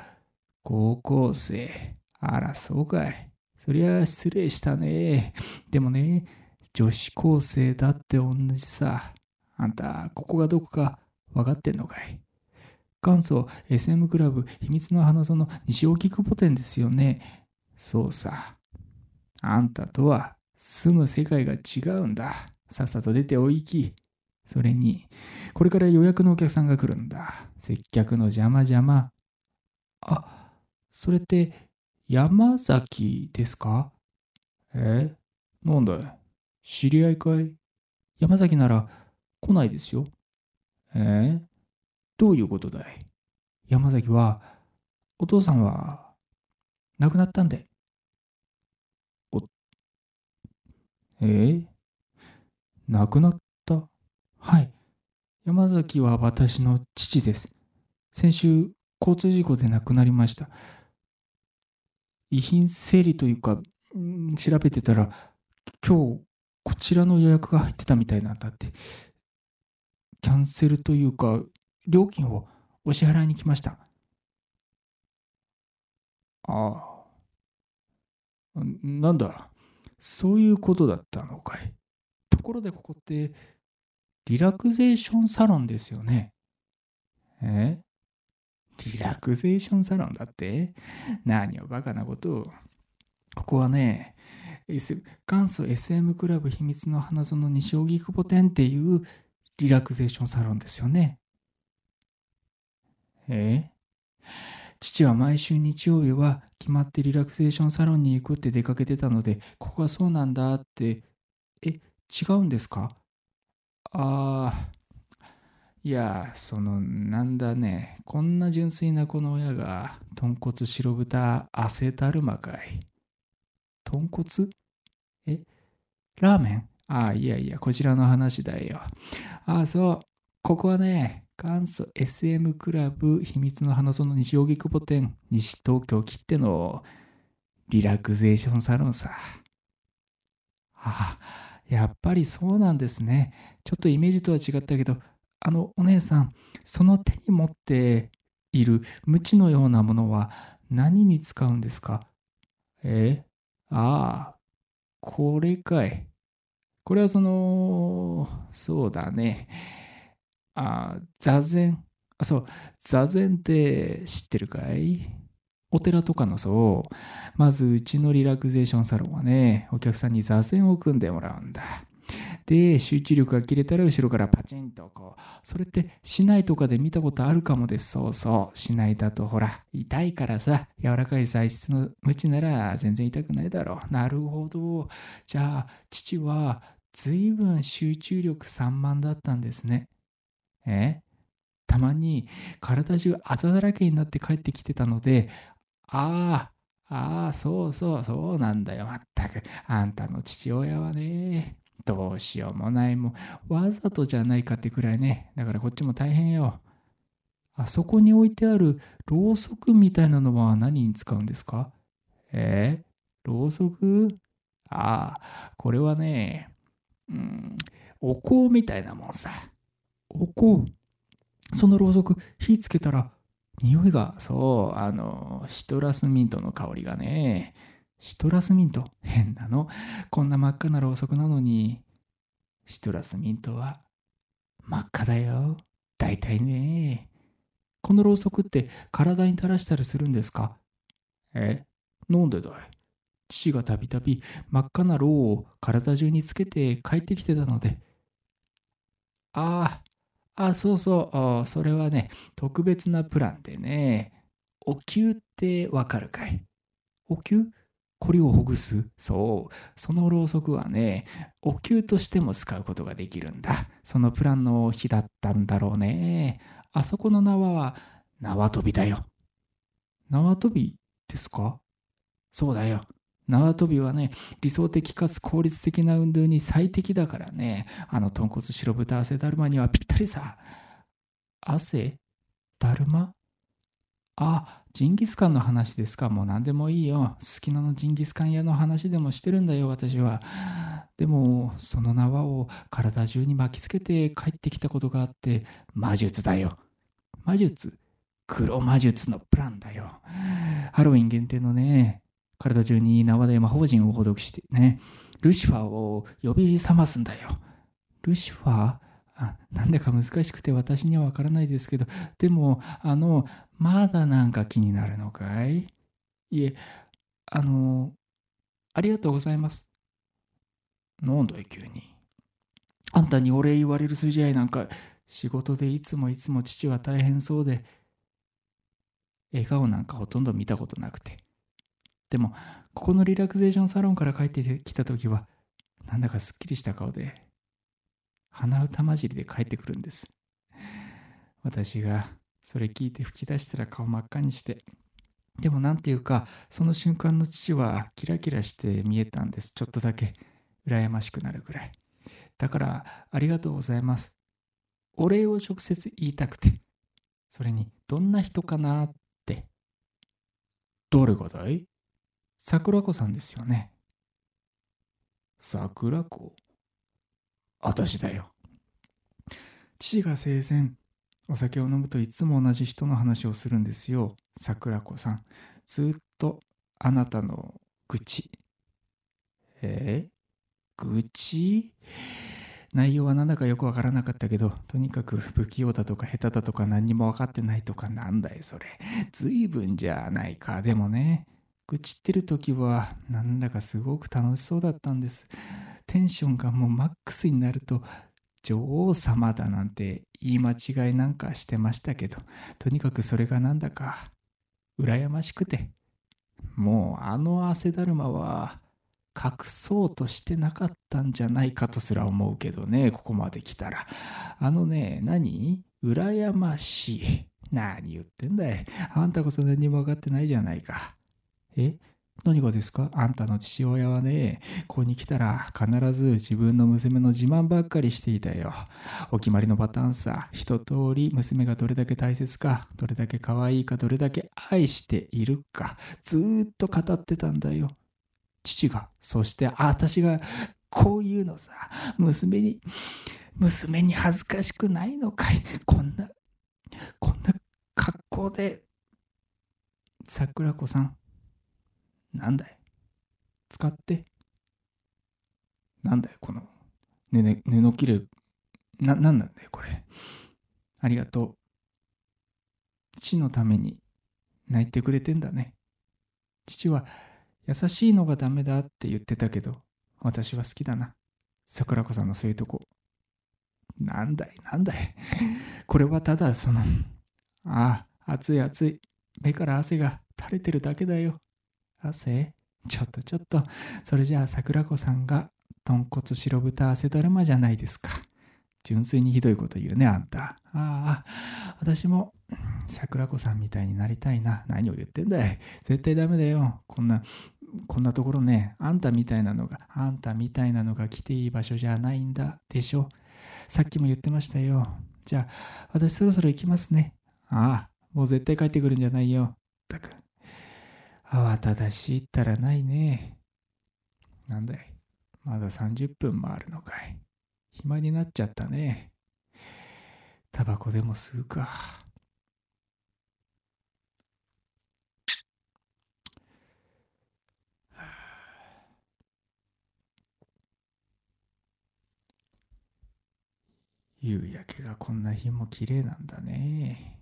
D: 高校生、あらそうかい。そりゃ失礼したね。でもね、女子高生だって同じさ。あんた、ここがどこか分かってんのかい元祖 SM クラブ秘密の花園西荻窪店ですよね。そうさ。あんたとは住む世界が違うんだ。さっさと出ておいき。それに、これから予約のお客さんが来るんだ。接客の邪魔邪魔。あ、それって山崎ですかえなんだい知り合いかい山崎なら来ないですよ。えどういうことだい山崎は、お父さんは、亡くなったんで。お、え亡くなったはい。山崎は私の父です。先週、交通事故で亡くなりました。遺品整理というか、うん調べてたら、今日、こちらの予約が入ってたみたいなんだって。キャンセルというか、料金をお支払いに来ました。ああ。んなんだ。そういうことだったのかい。ところでここって、リラクゼーションサロンですよね。えリラクゼーションサロンだって何をバカなことを。ここはね、S、元祖 SM クラブ秘密の花園西荻窪店っていうリラクゼーションサロンですよね。え父は毎週日曜日は決まってリラクゼーションサロンに行くって出かけてたので、ここはそうなんだって、え、違うんですかああ、いや、その、なんだね、こんな純粋なこの親が、豚骨白豚汗だるまかい。豚骨えラーメンああ、いやいや、こちらの話だよ。ああ、そう。ここはね、元祖 SM クラブ秘密の花園西荻窪店西東京切ってのリラクゼーションサロンさ。ああ、やっぱりそうなんですね。ちょっとイメージとは違ったけど、あのお姉さん、その手に持っている無知のようなものは何に使うんですかえああ、これかい。これはその、そうだね。ああ、座禅。あ、そう、座禅って知ってるかいお寺とかのそう。まずうちのリラクゼーションサロンはね、お客さんに座禅を組んでもらうんだ。で、集中力が切れたら後ろからパチンとこう。それって市内とかで見たことあるかもです。そうそう。市内だとほら、痛いからさ、柔らかい材質の無知なら全然痛くないだろう。なるほど。じゃあ、父は随分集中力散漫だったんですね。えたまに体中あざだらけになって帰ってきてたので、ああ、ああ、そうそう、そうなんだよ、まったく。あんたの父親はね、どうしようもないもん、わざとじゃないかってくらいね。だからこっちも大変よ。あそこに置いてあるろうそくみたいなのは何に使うんですかえー、ろうそくああ、これはね、うん、お香みたいなもんさ。お香そのろうそく、火つけたら、匂いが、そう、あの、シトラスミントの香りがね、シトラスミント、変なの。こんな真っ赤なろうそくなのに、シトラスミントは真っ赤だよ。だいたいね。このろうそくって体に垂らしたりするんですかえなんでだい父がたびたび真っ赤なろうを体中につけて帰ってきてたので。ああ、あそうそうあ、それはね、特別なプランでね。お灸ってわかるかいお灸これをほぐすそう。そのろうそくはね、お灸としても使うことができるんだ。そのプランの日だったんだろうね。あそこの縄は縄跳びだよ。縄跳びですかそうだよ。縄跳びはね、理想的かつ効率的な運動に最適だからね。あの豚骨白豚汗だるまにはぴったりさ。汗だるまあ、ジンギスカンの話ですか。もう何でもいいよ。好きなのジンギスカン屋の話でもしてるんだよ、私は。でも、その縄を体中に巻きつけて帰ってきたことがあって、魔術だよ。魔術黒魔術のプランだよ。ハロウィン限定のね、体中に縄で魔法陣を捕毒してね、ルシファーを呼び覚ますんだよ。ルシファーあなんだか難しくて私にはわからないですけど、でも、あの、まだなんか気になるのかいいえ、あの、ありがとうございます。なんだい急に。あんたにお礼言われる筋合いなんか、仕事でいつもいつも父は大変そうで、笑顔なんかほとんど見たことなくて。でも、ここのリラクゼーションサロンから帰ってきた時は、なんだかすっきりした顔で、鼻歌混じりで帰ってくるんです。私が、それ聞いて吹き出したら顔真っ赤にして。でもなんていうか、その瞬間の父はキラキラして見えたんです。ちょっとだけ羨ましくなるぐらい。だから、ありがとうございます。お礼を直接言いたくて。それに、どんな人かなって。誰がだい桜子さんですよね。桜子私だよ。父が生前、お酒を飲むといつも同じ人の話をするんですよ桜子さんずっとあなたの愚痴えー愚痴内容はなんだかよくわからなかったけどとにかく不器用だとか下手だとか何にも分かってないとかなんだいそれ随分じゃないかでもね愚痴ってる時はなんだかすごく楽しそうだったんですテンションがもうマックスになると女王様だなんて言い間違いなんかしてましたけどとにかくそれがなんだか羨ましくてもうあの汗だるまは隠そうとしてなかったんじゃないかとすら思うけどねここまで来たらあのね何羨ましい何言ってんだいあんたこそ何も分かってないじゃないかえ何がですかあんたの父親はねここに来たら必ず自分の娘の自慢ばっかりしていたよお決まりのパターンさ一通り娘がどれだけ大切かどれだけ可愛いかどれだけ愛しているかずーっと語ってたんだよ父がそしてあ私がこういうのさ娘に娘に恥ずかしくないのかいこんなこんな格好で桜子さんなんだい使ってなんだよこの布布切れななんなんだよこれありがとう父のために泣いてくれてんだね父は優しいのがダメだって言ってたけど私は好きだな桜子さんのそういうとこなんだいなんだいこれはただそのああ暑い暑い目から汗が垂れてるだけだよ汗ちょっとちょっとそれじゃあ桜子さんが豚骨白豚汗だるまじゃないですか純粋にひどいこと言うねあんたああ私も桜子さんみたいになりたいな何を言ってんだい絶対ダメだよこんなこんなところねあんたみたいなのがあんたみたいなのが来ていい場所じゃないんだでしょさっきも言ってましたよじゃあ私そろそろ行きますねああもう絶対帰ってくるんじゃないよったく慌ただしいったらないねなんだいまだ30分もあるのかい暇になっちゃったねタバコでも吸うか夕焼けがこんな日も綺麗なんだね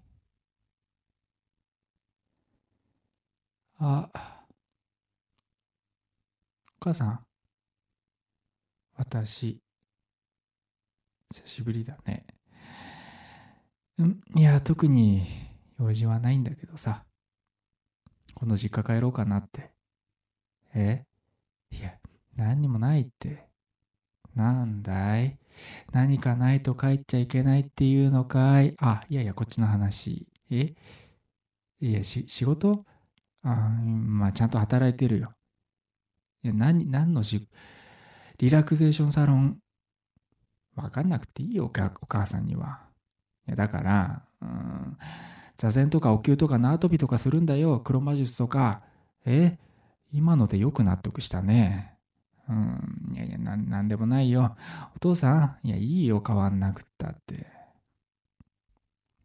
D: あお母さん私久しぶりだねうんいや特に用事はないんだけどさ今度実家帰ろうかなってえいや何にもないってなんだい何かないと帰っちゃいけないっていうのかいあいやいやこっちの話えいやし仕事あーうんまあちゃんと働いてるよいや何何のしリラクゼーションサロン分かんなくていいよおかお母さんにはいやだからうん座禅とかお灸とか縄跳びとかするんだよ黒魔術とかえ今のでよく納得したねうんいやいやなんなんでもないよお父さん、いや、いいよ、変わんなくったって。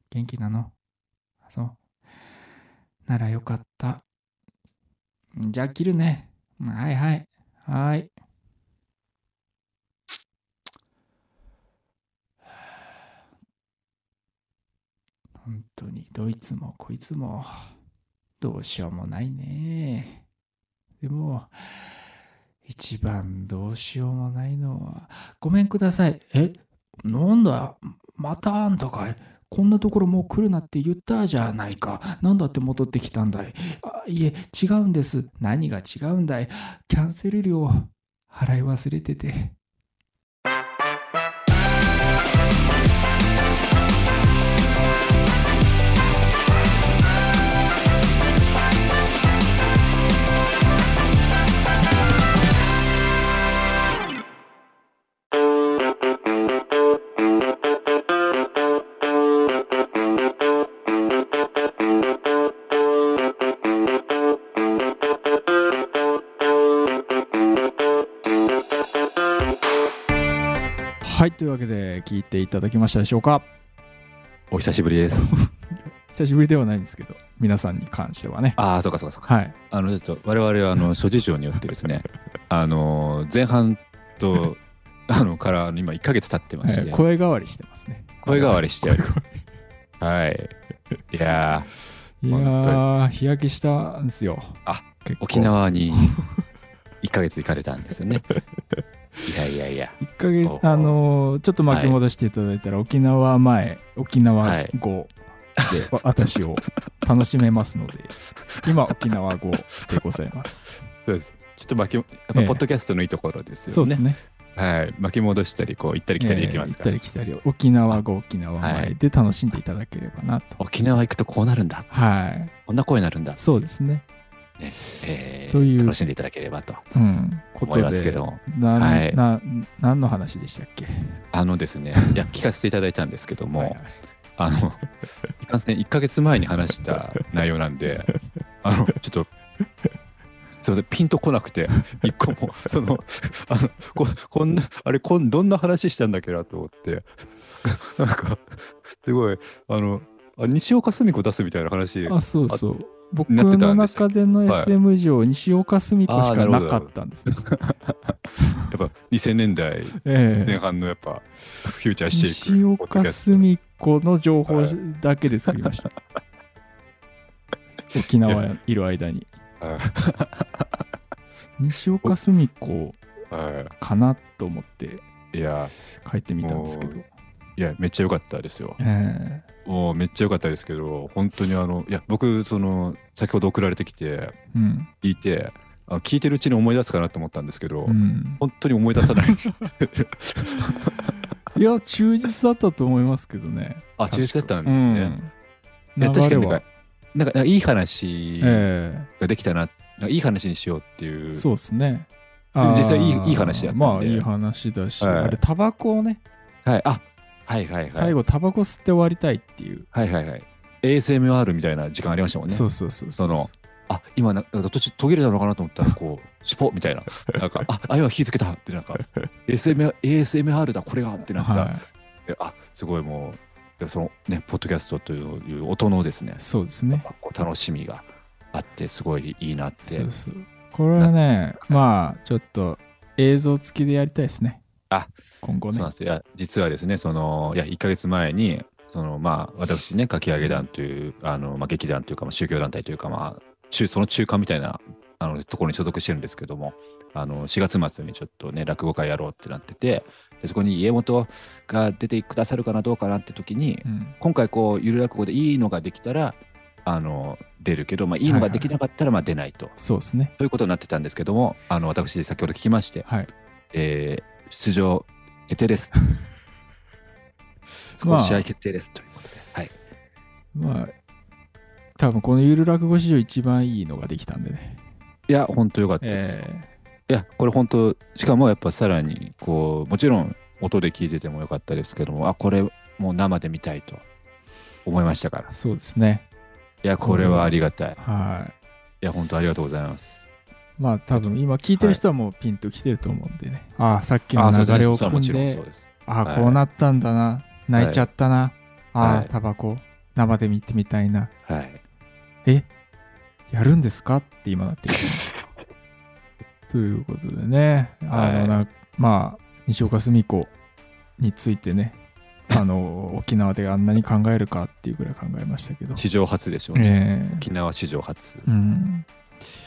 D: 元気なのあそう。ならよかった。じゃあ、切るね。うんはいはい。はい。本当に、どいつもこいつも、どうしようもないね。でも、一番どうしようもないのは、ごめんください。え、なんだ、またあんたかい。こんなところもう来るなって言ったじゃないか。なんだって戻ってきたんだい。あいえ、違うんです。何が違うんだい。キャンセル料、払い忘れてて。はい、というわけで聞いていただきましたでしょうか。
C: お久しぶりです。
D: 久しぶりではないんですけど、
A: 皆さんに関してはね。
C: <laughs> ああ、そうかそうかそうか。
A: はい。
C: あの、ちょっと我々はあの諸事情によってです <laughs> ね、あの、前半と、あの、からあの今1ヶ月経ってまし
A: え
C: て、
A: ー声変わりしてますね。
C: 声変わりしております。はい。いや
A: いやー、日焼けしたんですよ。
C: あ
A: 結
C: ー
A: 構
C: 沖縄 <laughs> に1ヶ月行かれたんですよ <laughs> ね。いやいやいや。
A: 一ヶ月
C: おう
A: あのーちょっと巻き戻していただいたら、沖縄前沖縄後で、わ私を楽しめますので
C: <laughs>
A: 今沖縄後でございます
C: そうです。ちょっと巻き、やっ
A: ええ
C: ぱポッドキャストのいいところです
A: そ
C: よ
A: うで
C: ね
A: す。ね
C: はい。巻き戻したり、こう、行ったり来たりできますから。
A: えー行ったり来たり沖縄後沖縄
C: は
A: 前
C: い
A: で楽しんでいただければなと
C: 沖縄行くとこうなるんだ。
A: はい
C: こんな声になるんだ。
A: そうですね
C: えー
A: という
C: 楽しんでいただければと
A: うんこ
C: 思い
A: と
C: ますけ
A: で
C: ども。
A: な
C: はい
A: な何の話でしたっけ
C: あので
A: <laughs>
C: すね、いや、聞かせていただいたんですけども、
A: はいはい
C: あの、いかんせん1ヶ月前に話した内容なん
A: <laughs>
C: で、あの、ちょっと、それピンとこな
A: <laughs>
C: くて、一個も、その、あの、ここんな、あれこん、どんな話したんだっけなと思って、 <laughs> なんか、すごい、あの、あ西岡澄子出すみたいな話、
A: あそうそう僕
C: なってた
A: の
C: んでした
A: 中
C: っ
A: での
C: はい
A: SM 上西岡澄子し
C: あー
A: か
C: なる
A: な
C: ほど
A: かったんですね
C: やっぱ2000年代
A: ええ
C: 前半のやっぱ、フューチャーしていく。
A: 西岡澄子の情報
C: はい
A: だけで作りま
C: <laughs>
A: した。沖縄にいる間に。
C: はい
A: 西岡澄子
C: は
A: かなと思って
C: いいや、
A: 書いてみたんですけど。
C: いや、めっちゃ良かったですよ。
A: え
C: もうめっちゃ良かったですけど、本当にあの、いや、僕、その、先ほど送られてきて、
A: えうん。
C: 聞いて、あ聞いてるうちに思い出すかなと思ったんですけど、
A: うん、
C: 本当に思い出
A: <laughs>
C: さない。
A: いや、忠実だったと思いますけどね。
C: あ、
A: 確か
C: 中止だったんですね。
A: うん
C: いや
A: 流
C: 確か
A: れ
C: になん
A: は
C: か、、なんかなんかいい話
A: え
C: ができたな、なんかいい話にしようってい
A: え
C: う。
A: そうですね。
C: でも
A: あー
C: 実際いいいい話だったんで
A: まあ、いい話だし、
C: はい
A: あれ、タバコをね、
C: はい。あ、はいはいはい。
A: 最後、タバコ吸って終わりたいっていう。
C: はいはいはい。ASMR みたいな時間ありましたもんね。
A: そうそうそうそう。
C: そのあ、今な、なんか途中途切れたのかなと思ったら、こう、 <laughs> シュポッみたいな。なんか、あ、あ今気づけたって、なんか、ASMR, ASMR だ、これがってなった。
A: はい、
C: であすごいもうそのねポッドキャストという音のですね
A: そうですね。
C: こう楽しみがあってすごいいいなって
A: そうそうこれはねまあちょっと映像付きでやりたいですね
C: あ
A: 今後
C: そう
A: ね
C: なんですよいや実はですねそのいや1ヶ月前にそのまあ私ねかき上げ団というあの、まあ、劇団というか、まあ、宗教団体というかまあ中その中間みたいなあのところに所属してるんですけどもあの4月末にちょっとね落語会やろうってなっててでそこに家元が出てくださるかなどうかなって時に
A: うん
C: 今回こうゆる落語でいいのができたらあの出るけど、まあ、いいのができなかったらまあ出ないと、
A: そうですね
C: そういうことになってたんですけどもあの私先ほど聞きまして、
A: はい
C: えー出場決定です
A: ま
C: 少
A: あ
C: し試合決定ですということで、はい
A: まあ多分このゆる落語史上一番いいのができたんでね
C: いや本当よかったです、
A: え
C: いやこれ本当しかもやっぱさらにこうもちろん音で聞いててもよかったですけどもあこれもう生で見たいと思いましたから
A: ーそうですね
C: いやこれはありがたいい
A: はい
C: や本当ありがとうございます
A: まあ多分今聞いてる人はもうピンときてると思うんでね、ああさっきの
C: あそうです
A: 流
C: ね
A: れを
C: それは
A: 組
C: も
A: ん
C: ちろん
A: で
C: そうです
A: あ
C: は
A: あ
C: い
A: こうなったんだな泣いちゃったな、あ
C: は
A: あ
C: い
A: タバコ生で見てみたいな
C: はい
A: えやるんですかって今なっているということでねあの、
C: はい
A: なまあ西岡澄子についてねあの沖縄であんなに考えるかっていうぐらい考えました
C: <laughs>
A: けど、
C: 史上初でしょうね、
A: ええ
C: 沖縄史上初
A: うん、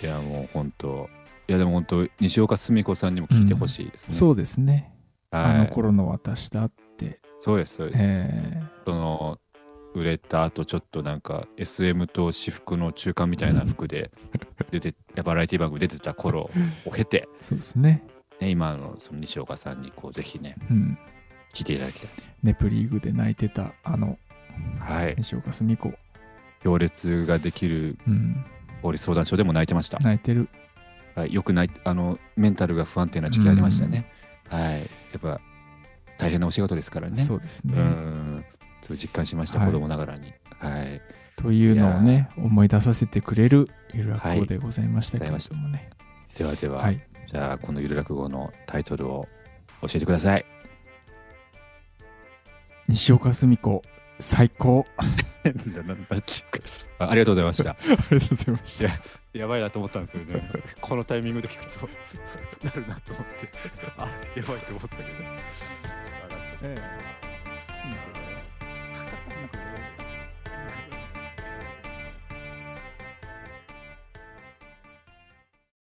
C: いやもう本当いやでも本当西岡澄子さんにも聞いてほしいですね、
A: そうですね、
C: はい
A: あの頃の私だって、
C: そうですそうです、
A: ええ
C: その売れた後ちょっとなんか SM と私服の中間みたいな服
A: <laughs>
C: で出てバラエティ番組出てた頃を経て、
A: そうですね、
C: ね、今のその西岡さんにこうぜひね
A: うん、
C: 聞いていただきたい
A: ネプリーグで泣いてたあの
C: はい
A: 西岡澄子、
C: 行列ができる
A: うん、
C: 法律相談所でも泣いてました、
A: 泣いてる
C: はい、よくないあのメンタルが不安定な時期ありましたね、はいやっぱ大変なお仕事ですからね
A: そうですね、
C: うん、そう実感しました、
A: はい
C: 子供ながらに。はい。
A: というのをね思い出させてくれるゆる落語でございましたけれどもね。
C: ではでは、
A: はい、
C: じゃあ、このゆる落語のタイトルを教えてください。
A: 西岡澄子最 <laughs> 高あ
C: <laughs> あありがとうございました。
A: りがとうございました
C: やばいなと思ったんですよね。このタイミングで聞くとなるなと思って、あやばいと思ったけど。
A: ええ